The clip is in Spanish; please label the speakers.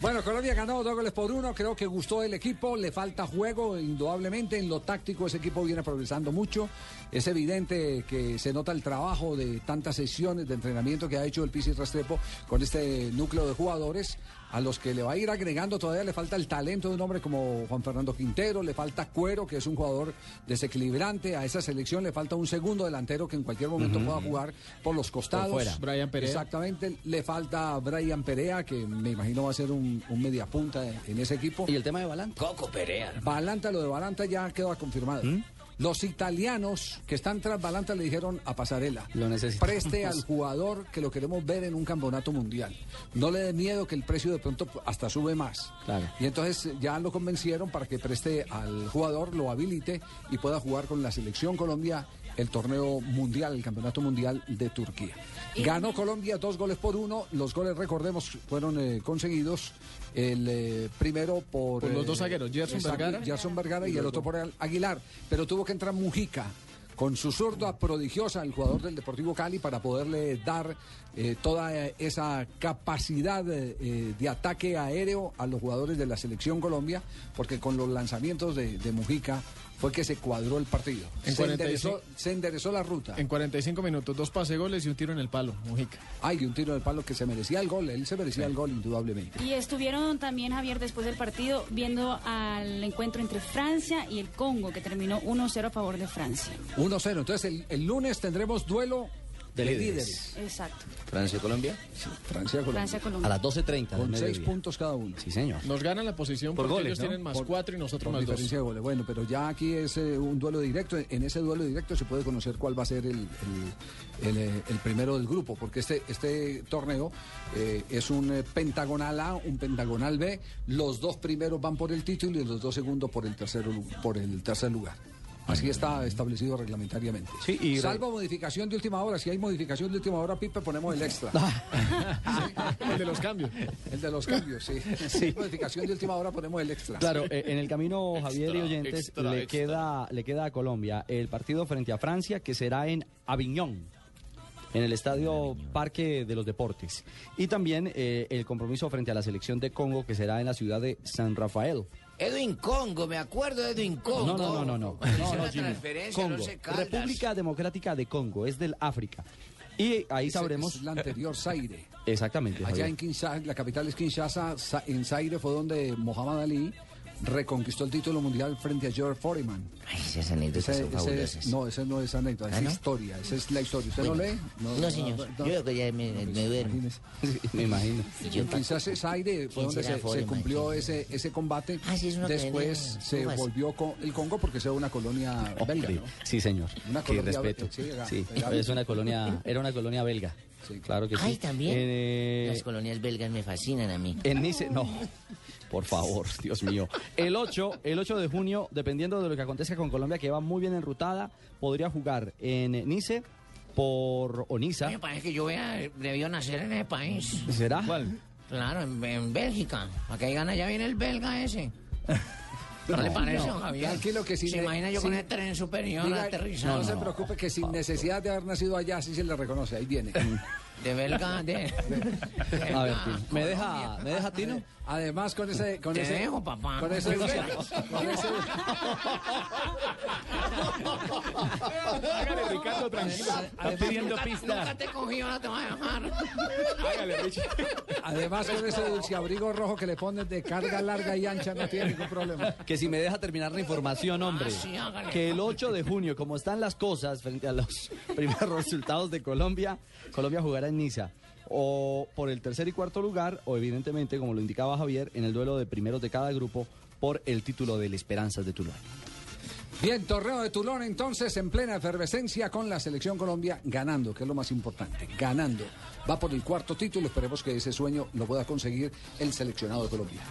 Speaker 1: Bueno, Colombia ganó dos goles por uno. Creo que gustó el equipo. Le falta juego, indudablemente. En lo táctico, ese equipo viene progresando mucho. Es evidente que se nota el trabajo de tantas sesiones de entrenamiento que ha hecho el Pisis Restrepo con este núcleo de jugadores a los que le va a ir agregando. Todavía le falta el talento de un hombre como Juan Fernando Quintero. Le falta Cuero, que es un jugador desequilibrante. A esa selección le falta un segundo delantero que en cualquier momento pueda jugar por los costados.
Speaker 2: fuera. Brian Perea.
Speaker 1: Exactamente. Le falta Brian Perea, que me imagino va a ser un, un mediapunta en ese equipo.
Speaker 2: Y el tema de Balanta. ¿Mm? Coco Perea.
Speaker 1: Balanta, lo de Balanta ya quedó confirmado. Los italianos que están tras Balanta le dijeron a Pasarela,
Speaker 2: Lo necesitamos.
Speaker 1: preste al jugador que lo queremos ver en un campeonato mundial. No le dé miedo que el precio de pronto hasta sube más.
Speaker 2: Claro.
Speaker 1: Y entonces ya lo convencieron para que preste al jugador, lo habilite y pueda jugar con la selección Colombia el torneo mundial, el campeonato mundial de Turquía. Ganó Colombia dos goles por uno. Los goles, recordemos, fueron eh, conseguidos. El eh, primero por...
Speaker 3: Por
Speaker 1: eh,
Speaker 3: los dos zagueros, Gerson
Speaker 1: exacto,
Speaker 3: Vergara.
Speaker 1: Gerson Vergara y el otro por Aguilar. Pero tuvo que entrar Mujica con su zurda prodigiosa, el jugador del Deportivo Cali, para poderle dar eh, toda eh, esa capacidad eh, eh, de ataque aéreo a los jugadores de la selección Colombia, porque con los lanzamientos de, de Mujica fue que se cuadró el partido.
Speaker 3: En
Speaker 1: se,
Speaker 3: 45.
Speaker 1: enderezó, se enderezó la ruta.
Speaker 3: En 45 minutos, dos pase goles y un tiro en el palo, Mujica.
Speaker 1: Hay un tiro de palo que se merecía el gol, él se merecía el gol indudablemente.
Speaker 4: Y estuvieron también, Javier, después del partido, viendo al encuentro entre Francia y el Congo, que terminó 1-0 a favor de Francia.
Speaker 1: 1-0, entonces el, el lunes tendremos duelo de,
Speaker 2: De líderes.
Speaker 1: líderes.
Speaker 4: Exacto.
Speaker 2: Francia y Colombia.
Speaker 1: Francia-Colombia.
Speaker 4: Francia-Colombia.
Speaker 2: A las 12.30. del
Speaker 1: Con seis
Speaker 2: mediodía.
Speaker 1: puntos cada uno.
Speaker 2: Sí, señor.
Speaker 3: Nos ganan la posición
Speaker 2: Por
Speaker 3: porque
Speaker 2: goles,
Speaker 3: ellos
Speaker 2: ¿no?
Speaker 3: tienen más
Speaker 1: Por-
Speaker 3: cuatro y nosotros
Speaker 1: Por
Speaker 3: más dos.
Speaker 1: diferencia de goles. Bueno, pero ya aquí es eh, un duelo directo. En ese duelo directo se puede conocer cuál va a ser el, el- el, eh, el primero del grupo, porque este, este torneo eh, es un eh, pentagonal A, un pentagonal B. Los dos primeros van por el título y los dos segundos por el tercer, por el tercer lugar. Así está establecido reglamentariamente.
Speaker 5: Sí, y-
Speaker 1: Salvo modificación de última hora. Si hay modificación de última hora, Pipe, ponemos el extra.
Speaker 3: El de los cambios.
Speaker 1: El de los cambios, sí. Si hay modificación de última hora, ponemos el extra.
Speaker 5: Claro, eh, en el camino Javier y oyentes
Speaker 6: extra,
Speaker 5: le
Speaker 6: extra.
Speaker 5: queda le queda a Colombia el partido frente a Francia que será en Aviñón. En el estadio Parque de los Deportes. Y también eh, el compromiso frente a la selección de Congo, que será en la ciudad de San Rafael.
Speaker 7: Edwin Congo, me acuerdo de Edwin Congo.
Speaker 5: No, no, no, no, no.
Speaker 7: Hizo
Speaker 5: No, no,
Speaker 7: una
Speaker 5: Jimmy.
Speaker 7: transferencia,
Speaker 5: Congo.
Speaker 7: no sé, Caldas.
Speaker 5: República Democrática de Congo, es del África. Y ahí
Speaker 1: Ese
Speaker 5: sabremos
Speaker 1: Es la anterior Zaire.
Speaker 5: exactamente.
Speaker 1: Allá
Speaker 5: Javier.
Speaker 1: en Kinshasa, la capital es Kinshasa, Sa- en Zaire fue donde Mohamed Ali reconquistó el título mundial frente a George Foreman.
Speaker 7: Ay, esas anécdotas
Speaker 1: Ese-
Speaker 7: son
Speaker 1: ese-
Speaker 7: fabulosas.
Speaker 1: no, esa no es anécdota,
Speaker 7: ¿Ah,
Speaker 1: es
Speaker 7: no?
Speaker 1: historia, esa es la historia. ¿Usted
Speaker 7: Bueno.
Speaker 1: no lee?
Speaker 7: No, señor.
Speaker 1: no. Pues,
Speaker 7: Yo creo que ya me, me duermo.
Speaker 1: Imagínese.
Speaker 5: Sí, me imagino.
Speaker 7: Yo-
Speaker 1: Quizás es aire, fue
Speaker 7: ¿Quién
Speaker 1: donde
Speaker 7: será
Speaker 1: se, se
Speaker 7: Foreman?
Speaker 1: cumplió ese, ese combate.
Speaker 7: Ah, sí, es uno que
Speaker 1: Después
Speaker 7: vende
Speaker 1: se
Speaker 7: uvas.
Speaker 1: volvió co- el Congo porque era una colonia belga.
Speaker 5: Hombre,
Speaker 1: ¿no?
Speaker 5: Sí, señor.
Speaker 1: Una
Speaker 5: Qué
Speaker 1: colonia-
Speaker 5: respeto.
Speaker 1: sí, era-
Speaker 5: Sí,
Speaker 1: era-
Speaker 5: es una colonia, era una colonia belga.
Speaker 1: Sí.
Speaker 5: claro que sí.
Speaker 7: Ay, también.
Speaker 5: Eh,
Speaker 7: Las colonias belgas me fascinan a mí.
Speaker 5: En Nice, no. Por favor, Dios mío. El 8, el 8 de junio, dependiendo de lo que acontezca con Colombia, que va muy bien enrutada, podría jugar en Nice por Onisa.
Speaker 7: Ay, parece que yo vea, debió nacer en ese país.
Speaker 5: ¿Será?
Speaker 7: Claro, en, en Bélgica. Para que digan, allá viene el belga ese. ¿No, le parece, don Javier?
Speaker 1: Tranquilo que sin-
Speaker 7: ¿Se imagina yo con
Speaker 1: sin-
Speaker 7: el tren superior
Speaker 1: Diga,
Speaker 7: aterrizado?
Speaker 1: no se preocupe que sin necesidad de haber nacido allá, sí se le reconoce, ahí viene.
Speaker 7: De belga, de...
Speaker 5: A ver,
Speaker 7: Ah,
Speaker 5: Tino. ¿Me deja, ¿me deja Tino?
Speaker 1: Además, con ese. Con
Speaker 7: Te
Speaker 1: ese,
Speaker 7: dejo, papá. Pues
Speaker 1: Con ese. con ese-
Speaker 3: Hágale, Ricardo, tranquilo.
Speaker 7: pidiendo pistas. Nunca te he cogido, ahora te voy a dejar.
Speaker 3: Hágale, Richie.
Speaker 1: además, con ese dulceabrigo rojo que le ponen de carga larga y ancha, no tiene ningún problema.
Speaker 5: Que si me deja terminar la información, hombre.
Speaker 7: Ah, sí, hágale.
Speaker 5: Que el 8 de junio, como están las cosas frente a los primeros resultados de Colombia, Colombia jugará en Niza. O por el tercer y cuarto lugar, o evidentemente, como lo indicaba Javier, en el duelo de primeros de cada grupo por el título del Esperanzas de Tuluá.
Speaker 1: Bien, Torneo de Tulón entonces en plena efervescencia con la selección Colombia ganando, que es lo más importante, ganando. Va por el cuarto título, esperemos que ese sueño lo pueda conseguir el seleccionado de Colombia.